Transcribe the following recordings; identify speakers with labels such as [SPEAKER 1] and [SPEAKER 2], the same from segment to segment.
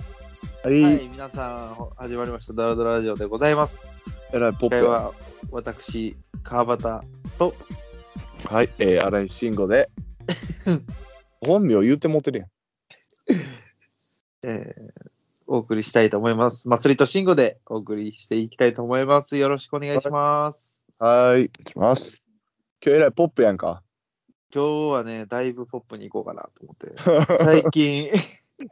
[SPEAKER 1] は、
[SPEAKER 2] はいい、皆さん、ほ始まりました、ダラダララジオでございます。
[SPEAKER 1] えらいポッ
[SPEAKER 2] 今回
[SPEAKER 1] プや。
[SPEAKER 2] は、私、川端。
[SPEAKER 1] はい、えー、荒井慎吾で。 本名言うてもってるやん。
[SPEAKER 2] えーお送りしたいと思います。祭りと慎吾でお送りしていきたいと思います。よろしくお願いします。
[SPEAKER 1] はい、いきます。今日えらいポップやんか。
[SPEAKER 2] 今日はね、だいぶポップに行こうかなと思って。最近、 い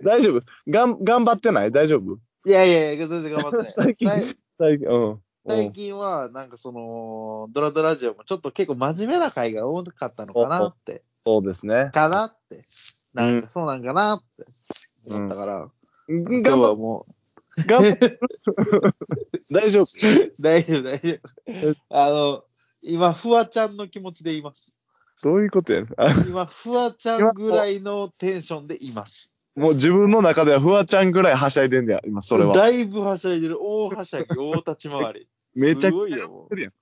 [SPEAKER 1] 大丈夫がん頑張ってない大丈夫
[SPEAKER 2] やいやいや、全然頑張ってない。
[SPEAKER 1] 最近
[SPEAKER 2] 最
[SPEAKER 1] 最近、うん。
[SPEAKER 2] 最近は、なんかその、ドラドラジオもちょっと結構真面目な回が多かったのかなって。
[SPEAKER 1] そうですね。
[SPEAKER 2] かなって。なんかそうなんかなって思ったから、
[SPEAKER 1] 頑
[SPEAKER 2] 今日は
[SPEAKER 1] 張
[SPEAKER 2] もう、
[SPEAKER 1] 頑張っ てる大丈夫
[SPEAKER 2] 大丈夫、大丈夫。あの、今、フワちゃんの気持ちでいます。
[SPEAKER 1] どういうことやねんあ
[SPEAKER 2] 今、フワちゃんぐらいのテンションでいます。
[SPEAKER 1] もう自分の中ではフワちゃんぐらいはしゃいでんねや、今、それは。
[SPEAKER 2] だいぶはしゃいでる。大はしゃぎ、大立ち回 り。
[SPEAKER 1] めちゃ
[SPEAKER 2] すご
[SPEAKER 1] く
[SPEAKER 2] い
[SPEAKER 1] ちゃ
[SPEAKER 2] よ
[SPEAKER 1] やってるやん。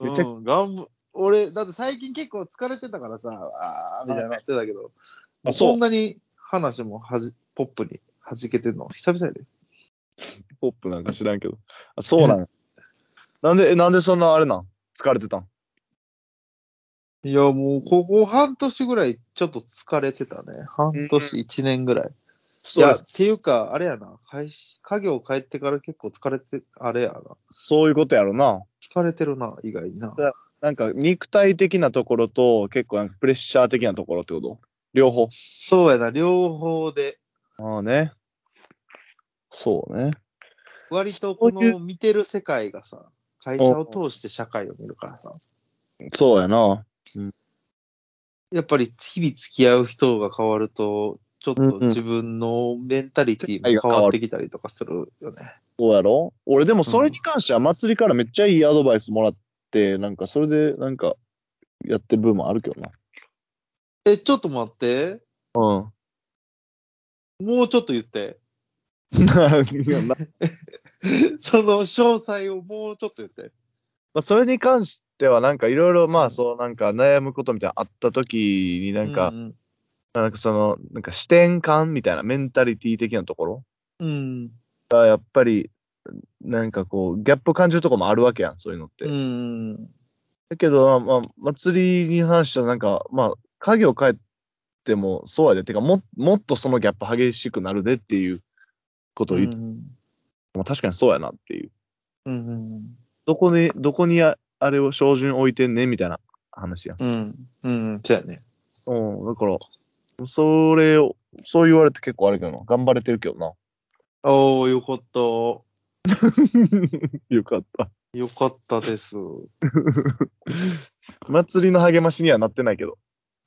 [SPEAKER 2] う
[SPEAKER 1] めちゃくち
[SPEAKER 2] ん、頑張俺、だって最近結構疲れてたからさ、あーみたいなのやってたけど、
[SPEAKER 1] あ
[SPEAKER 2] そ
[SPEAKER 1] そ
[SPEAKER 2] ん
[SPEAKER 1] う。
[SPEAKER 2] なに話もはじポップに弾けてるの、久々やで。
[SPEAKER 1] ポップなんか知らんけど。あそう なんやなんで、えなんでそんなあれなん疲れてたん
[SPEAKER 2] いや、もう、ここ半年ぐらい、ちょっと疲れてたね。半年、一年ぐらい。い
[SPEAKER 1] そ
[SPEAKER 2] や、
[SPEAKER 1] う
[SPEAKER 2] っていうか、あれやな、会社家業帰ってから結構疲れて、あれやな、
[SPEAKER 1] そういうことやろな。
[SPEAKER 2] 疲れてるな、意外にな。
[SPEAKER 1] なんか肉体的なところと結構なんかプレッシャー的なところってこと両方。
[SPEAKER 2] そうやな、両方で、
[SPEAKER 1] ああね。そうね。
[SPEAKER 2] 割とこ
[SPEAKER 1] そういう
[SPEAKER 2] の見てる世界がさ、会社を通して社会を見るからさ、
[SPEAKER 1] そうやな。
[SPEAKER 2] やっぱり日々付き合う人が変わると、ちょっと
[SPEAKER 1] うんうん
[SPEAKER 2] 自分のメンタリティも変わってきたりとかするよね。
[SPEAKER 1] そうやろ俺でもそれに関しては祭りからめっちゃいいアドバイスもらって、なんかそれでなんかやってる部分もあるけどな。
[SPEAKER 2] え、ちょっと待って、
[SPEAKER 1] うん。も
[SPEAKER 2] もうちょっと言って。
[SPEAKER 1] うい やな
[SPEAKER 2] その詳細をもうちょっと言って。
[SPEAKER 1] まあ、それに関しては、なんかいろいろ、まあ、そう、なんか悩むことみたいなのあった時に、なんか、
[SPEAKER 2] うん
[SPEAKER 1] なんかその、なんか視点感みたいな、メンタリティ的なところ
[SPEAKER 2] うん、うん。
[SPEAKER 1] が、やっぱり、なんかこう、ギャップ感じるところもあるわけやん、そういうのって。
[SPEAKER 2] うん
[SPEAKER 1] だけど、まあ、祭りに関しては、なんか、まあ、家業帰ってもそうやで、てかも、もっとそのギャップ激しくなるでっていうことを言って、
[SPEAKER 2] うん
[SPEAKER 1] まあ確かにそうやなっていう。
[SPEAKER 2] うんうん
[SPEAKER 1] どこに、どこにああれを照準置いてんねんみたいな話やん。
[SPEAKER 2] うんうんうんそうやね
[SPEAKER 1] うん、だから、それを、そう言われて結構あれけどな、頑張れてるけどな。
[SPEAKER 2] おおよかったよ
[SPEAKER 1] よかった。
[SPEAKER 2] かったです
[SPEAKER 1] 祭りの励ましにはなってないけど、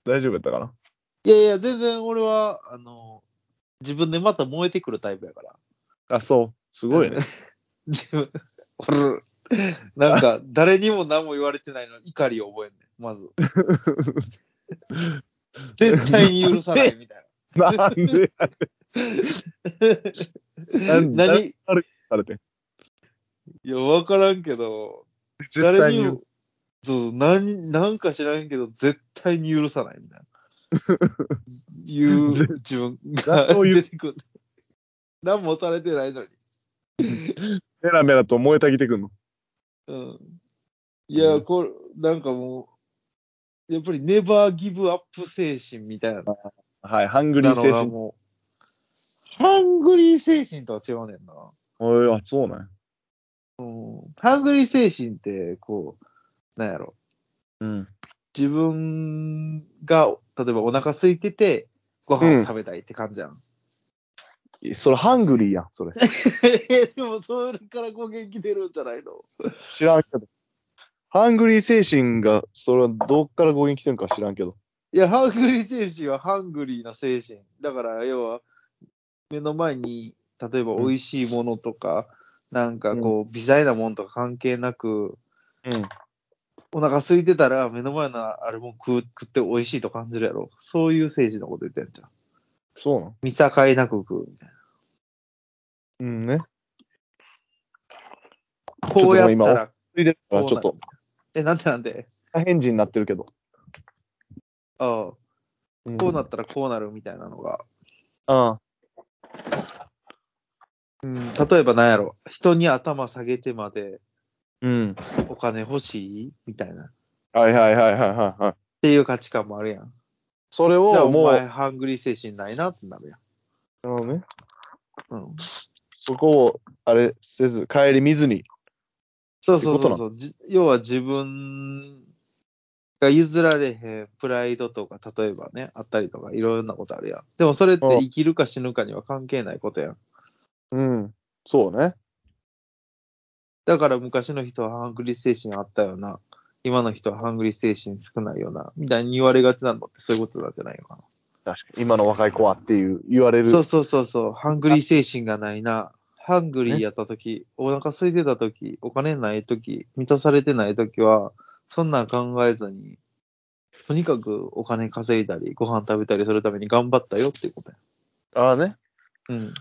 [SPEAKER 1] 大丈夫やったかない
[SPEAKER 2] やいや全然俺はあの自分でまた燃えてくるタイプやから
[SPEAKER 1] あ、そう。すごいね。
[SPEAKER 2] 自分俺なんか誰にも何も言われてないのに怒りを覚えんねんまず絶対に許さないみたい な
[SPEAKER 1] なんであれなんで
[SPEAKER 2] 何い
[SPEAKER 1] されてん
[SPEAKER 2] や分からんけど
[SPEAKER 1] 絶
[SPEAKER 2] 誰
[SPEAKER 1] 対
[SPEAKER 2] に
[SPEAKER 1] に
[SPEAKER 2] も。そうなんなんか知らんけど、絶対に許さないみたいな。いう
[SPEAKER 1] ぜ
[SPEAKER 2] 自分が
[SPEAKER 1] そういう
[SPEAKER 2] 出てくる。何もされてないのに。
[SPEAKER 1] メラメラと燃えたぎてくんの。
[SPEAKER 2] うん、いや、
[SPEAKER 1] うん
[SPEAKER 2] これ、なんかもう、やっぱりネバーギブアップ精神みたいなの
[SPEAKER 1] はい、ハングリ
[SPEAKER 2] が
[SPEAKER 1] ー精神。
[SPEAKER 2] もう、ハングリー精神とは違うねんな。
[SPEAKER 1] おいあ、そうなんや
[SPEAKER 2] うん、ハングリー精神って、こう、なんやろ。
[SPEAKER 1] うん。
[SPEAKER 2] 自分が、例えばお腹空いてて、ご飯を食べたいって感じやん。
[SPEAKER 1] えそれ、ハングリーやん、それ。
[SPEAKER 2] えでも、それから語源来てるんじゃないの
[SPEAKER 1] 知らんけど。ハングリー精神が、それはどっから語源来てるか知らんけど。
[SPEAKER 2] いや、ハングリー精神はハングリーな精神。だから、要は、目の前に、例えば美味しいものとか、なんかこう、微細なものとか関係なく、
[SPEAKER 1] うん。
[SPEAKER 2] お腹空いてたら、目の前のあれも食う食って美味しいと感じるやろ。そういう精神のこと言ってんじゃん。
[SPEAKER 1] そうなん
[SPEAKER 2] 見境なく食うみたいな。
[SPEAKER 1] うんね。
[SPEAKER 2] こうやったら、
[SPEAKER 1] ついでるから
[SPEAKER 2] こう
[SPEAKER 1] ちょ
[SPEAKER 2] な
[SPEAKER 1] っと
[SPEAKER 2] る、え、なんでなんで
[SPEAKER 1] 大変人になってるけど。
[SPEAKER 2] ああ、
[SPEAKER 1] う
[SPEAKER 2] こうなったらこうなるみたいなのが、
[SPEAKER 1] あ
[SPEAKER 2] うん、例えば何やろ、人に頭下げてまで
[SPEAKER 1] うん。
[SPEAKER 2] お金欲しいみたいな。っ
[SPEAKER 1] はいはいはいはいはい。はい
[SPEAKER 2] ていう価値観もあるやん。
[SPEAKER 1] それ
[SPEAKER 2] じゃあ
[SPEAKER 1] を
[SPEAKER 2] お
[SPEAKER 1] もう、
[SPEAKER 2] 前、ハングリー精神ないなってなる
[SPEAKER 1] あのね、
[SPEAKER 2] やん。うん、
[SPEAKER 1] そこを、あれせず、帰り見ずに。
[SPEAKER 2] そうそう
[SPEAKER 1] って
[SPEAKER 2] そ
[SPEAKER 1] こ
[SPEAKER 2] う
[SPEAKER 1] と
[SPEAKER 2] そうじ要は自分が譲られへんプライドとか、例えばね、あったりとか、いろんなことあるやん。でもそれって
[SPEAKER 1] うん
[SPEAKER 2] 生きるか死ぬかには関係ないことやん。
[SPEAKER 1] うん。そうね。
[SPEAKER 2] だから昔の人はハングリー精神あったよな。今の人はハングリー精神少ないよな。みたいに言われがちなのってそういうことなんじゃないのかな。
[SPEAKER 1] 確かに。今の若い子はっていう、言われる。
[SPEAKER 2] そうそうそうそう、ハングリー精神がないな。ハングリーやったとき、お腹空いてたとき、お金ないとき、満たされてないときは、そんなん考えずに、とにかくお金稼いだり、ご飯食べたりするために頑張ったよっていうことや。
[SPEAKER 1] ああね。
[SPEAKER 2] うん。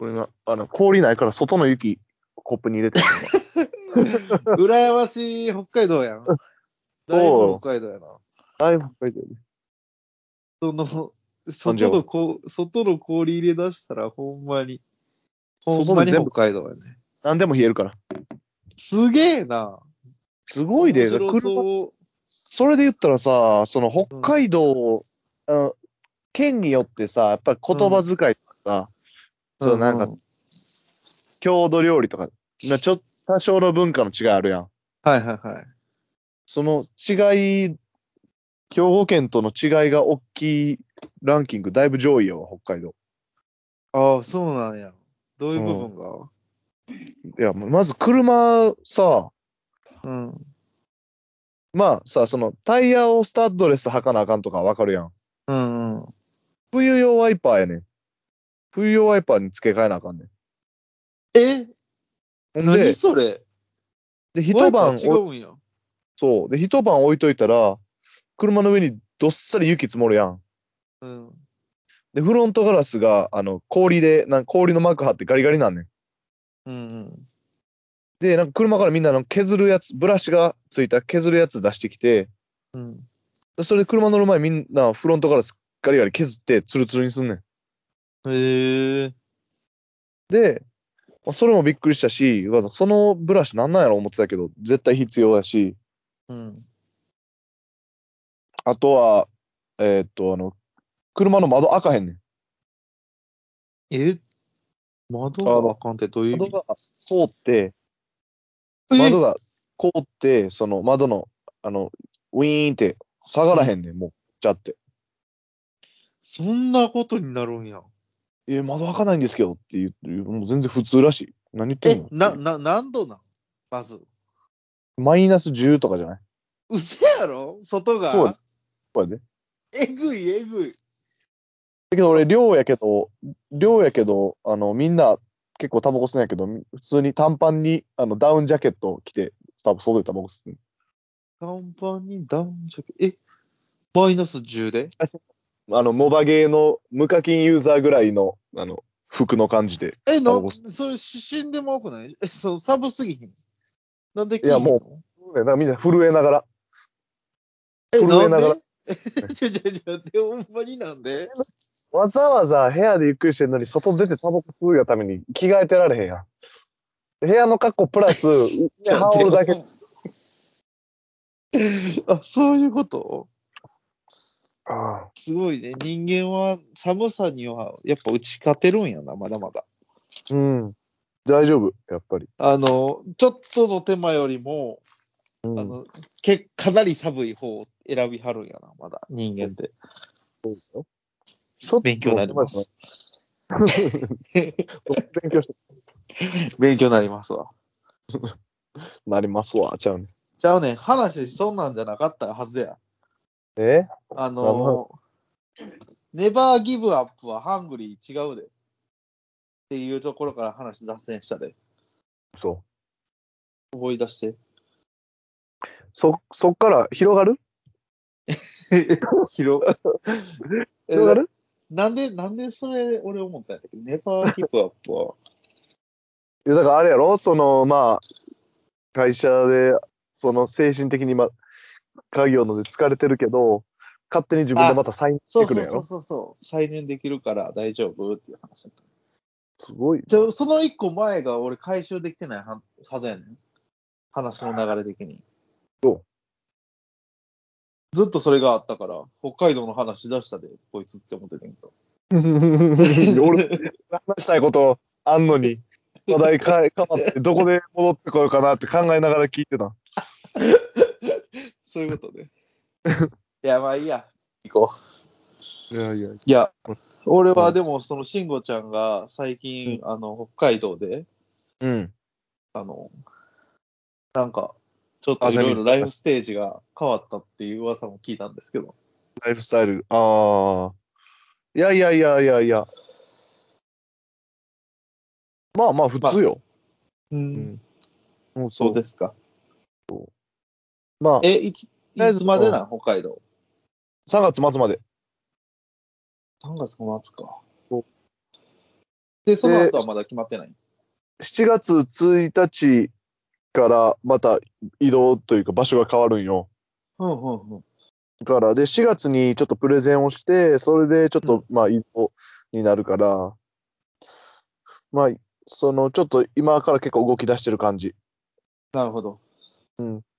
[SPEAKER 1] これが、あの、氷ないから外の雪、コップに入れてる。
[SPEAKER 2] 羨ましい北海道やん。だいぶ北海道やな。
[SPEAKER 1] だいぶ北海道ね
[SPEAKER 2] その、
[SPEAKER 1] んじゃ
[SPEAKER 2] 外
[SPEAKER 1] は
[SPEAKER 2] のこ外の氷入れ出したらほんまに、ほん
[SPEAKER 1] 外
[SPEAKER 2] ま
[SPEAKER 1] の
[SPEAKER 2] に
[SPEAKER 1] 全
[SPEAKER 2] 北
[SPEAKER 1] 部、
[SPEAKER 2] 海道やね。
[SPEAKER 1] 何でも冷えるから。
[SPEAKER 2] すげえな。
[SPEAKER 1] すごいで、
[SPEAKER 2] 面白
[SPEAKER 1] 車
[SPEAKER 2] そう。
[SPEAKER 1] それで言ったらさ、その北海道、あの県によってさ、やっぱり言葉遣いとかさ、そうなんか、
[SPEAKER 2] うん
[SPEAKER 1] 郷土料理とか、なちょっと多少の文化の違いあるやん。
[SPEAKER 2] はいはいはい。
[SPEAKER 1] その違い、兵庫県との違いが大きいランキング、だいぶ上位やわ、北海道。
[SPEAKER 2] ああ、そうなんや。どういう部分が
[SPEAKER 1] いや、まず車さ、
[SPEAKER 2] うん。
[SPEAKER 1] まあさ、そのタイヤをスタッドレス履かなあかんとかわかるやん。
[SPEAKER 2] うんうん。
[SPEAKER 1] 冬用ワイパーやねん。冬用ワイパーに付け替えなあかんね
[SPEAKER 2] え
[SPEAKER 1] ん。ほん
[SPEAKER 2] 何
[SPEAKER 1] で、
[SPEAKER 2] それ
[SPEAKER 1] で一晩
[SPEAKER 2] ワイパー違うんや。
[SPEAKER 1] そう。で、一晩置いといたら、車の上にどっさり雪積もるやん。
[SPEAKER 2] うん。
[SPEAKER 1] で、フロントガラスが、あの、氷で、なん氷の膜張ってガリガリなんねん。
[SPEAKER 2] うんうん。
[SPEAKER 1] で、なんか車からみんなあの削るやつ、ブラシがついた削るやつ出してきて、
[SPEAKER 2] うん。
[SPEAKER 1] でそれで車乗る前みんなフロントガラスガリガリ削ってツルツルにすんねん。
[SPEAKER 2] へえ。
[SPEAKER 1] で、まあそれもびっくりしたし、うわそのブラシなんなんやろ思ってたけど、絶対必要だし、
[SPEAKER 2] うん。
[SPEAKER 1] あとは、えーっと、あの、車の窓開かへんねん。
[SPEAKER 2] え窓があかんってどういう意
[SPEAKER 1] 窓
[SPEAKER 2] 味
[SPEAKER 1] が通って、窓が凍って、その窓の、あの、ウィーンって下がらへんねん、もう、ちゃって。
[SPEAKER 2] そんなことになるんや。
[SPEAKER 1] え、窓開かないんですけどって言って、もう全然普通らしい。何言って
[SPEAKER 2] え
[SPEAKER 1] んの、
[SPEAKER 2] な、な、何度なんまず。
[SPEAKER 1] マイナス10とかじゃないう
[SPEAKER 2] せやろ外が。
[SPEAKER 1] そうこれで。だ
[SPEAKER 2] えぐい、えぐい。
[SPEAKER 1] けど俺、寮やけど、寮やけど、あの、みんな、結構タバコ吸うんやけど、普通に短パンに、あの、ダウンジャケットを着て、多分外でタバコ吸う。
[SPEAKER 2] 看板にダウンジャケえマイナス10で
[SPEAKER 1] あの、モバゲーの無課金ユーザーぐらいの、あの、服の感じで。
[SPEAKER 2] え、な
[SPEAKER 1] タバコ、
[SPEAKER 2] それ、死んでも多くない え、その、寒すぎひん。なんで聞
[SPEAKER 1] いやもう
[SPEAKER 2] う。
[SPEAKER 1] そうだよなみんな震えながら。
[SPEAKER 2] え、
[SPEAKER 1] 震
[SPEAKER 2] な
[SPEAKER 1] え
[SPEAKER 2] ん
[SPEAKER 1] ながら
[SPEAKER 2] でえ、 ちょちょちょ、でほんまになん で
[SPEAKER 1] わざわざ部屋でゆっくりしてるのに、外出てタバコ吸うがために着替えてられへんやん。部屋の格好プラ ス、羽織るだけ。。
[SPEAKER 2] あ、そういうこと
[SPEAKER 1] あ
[SPEAKER 2] すごいね。人間は寒さにはやっぱ打ち勝てるんやな、まだまだ。
[SPEAKER 1] あうん。大丈夫、やっぱり。
[SPEAKER 2] あの、ちょっとの手間よりも、
[SPEAKER 1] うん
[SPEAKER 2] あのけ、かなり寒い方を選びはるんやな、まだ人間って。
[SPEAKER 1] ちょっと
[SPEAKER 2] 勉強になります。
[SPEAKER 1] 勉強して
[SPEAKER 2] 勉強になりますわ。
[SPEAKER 1] なりますわ、ちゃうね。
[SPEAKER 2] ちゃうねん、話そんなんじゃなかったはずや。
[SPEAKER 1] え
[SPEAKER 2] あの ネバーギブアップはハングリー違うで。っていうところから話脱線したで。
[SPEAKER 1] そ
[SPEAKER 2] 思い出 して。
[SPEAKER 1] う。そ、そっから広がる
[SPEAKER 2] 広
[SPEAKER 1] 広がる
[SPEAKER 2] なんで、なんでそれ俺思ったんやったっけネバーギブアッ プは。
[SPEAKER 1] いや、だからあれやろその、まあ、会社で、その、精神的に今、家業ので疲れてるけど、勝手に自分でまたサインして
[SPEAKER 2] そう
[SPEAKER 1] くる
[SPEAKER 2] そう
[SPEAKER 1] や
[SPEAKER 2] そ
[SPEAKER 1] ろ
[SPEAKER 2] うそうそう。再燃できるから大丈夫っていう話だった。
[SPEAKER 1] すごい。
[SPEAKER 2] じゃあその一個前が俺回収できてないははずやねん。話の流れ的に。
[SPEAKER 1] ど
[SPEAKER 2] ずっとそれがあったから、北海道の話し出したで、こいつって思っててんけど。
[SPEAKER 1] 俺、話したいことあんのに、話題か変わって、どこで戻ってこようかなって考えながら聞いてた。
[SPEAKER 2] そういうことね。 いや、まあいいや。行こう。
[SPEAKER 1] いやいや。
[SPEAKER 2] いや
[SPEAKER 1] うん、
[SPEAKER 2] 俺
[SPEAKER 1] う
[SPEAKER 2] は
[SPEAKER 1] ん
[SPEAKER 2] でも、その、慎吾ちゃんが最近、あの、北海道で、
[SPEAKER 1] うん。
[SPEAKER 2] あの、なんか、ちょっといろいろライフステージが変わったっていう噂も聞いたんですけど。
[SPEAKER 1] ライフスタイル。ああ。いやいやいやいやいや。まあまあ、普通よ。
[SPEAKER 2] う
[SPEAKER 1] うん
[SPEAKER 2] ん。
[SPEAKER 1] もう
[SPEAKER 2] そう
[SPEAKER 1] す。
[SPEAKER 2] ですか。
[SPEAKER 1] まあ、
[SPEAKER 2] え、いつ、
[SPEAKER 1] とりあえ
[SPEAKER 2] い
[SPEAKER 1] ず
[SPEAKER 2] つまでなん、北海道。
[SPEAKER 1] 3月末まで。
[SPEAKER 2] 3月の末か
[SPEAKER 1] そう。
[SPEAKER 2] で、その後はまだ決まってない。
[SPEAKER 1] 7月1日からまた移動というか場所が変わるんよ。
[SPEAKER 2] うんうんうん。
[SPEAKER 1] から、で、4月にちょっとプレゼンをして、それでちょっ
[SPEAKER 2] う
[SPEAKER 1] と、まあ、移動になるから、まあ、その、ちょっと今から結構動き出してる感じ。
[SPEAKER 2] なるほど。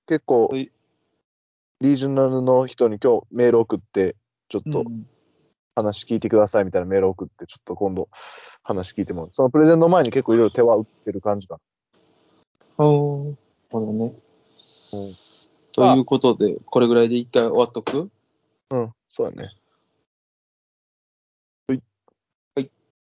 [SPEAKER 1] 結構、
[SPEAKER 2] はい
[SPEAKER 1] リージョナルの人に今日メール送って、ちょっ
[SPEAKER 2] う
[SPEAKER 1] と
[SPEAKER 2] ん
[SPEAKER 1] 話聞いてくださいみたいなメール送って、ちょっと今度話聞いてもらう。そのプレゼンの前に結構いろいろ手は打ってる感じか
[SPEAKER 2] うん。なるほど
[SPEAKER 1] う
[SPEAKER 2] ね。
[SPEAKER 1] ん
[SPEAKER 2] ということで、これぐらいで一回終わっとく
[SPEAKER 1] な。うん、そうやね。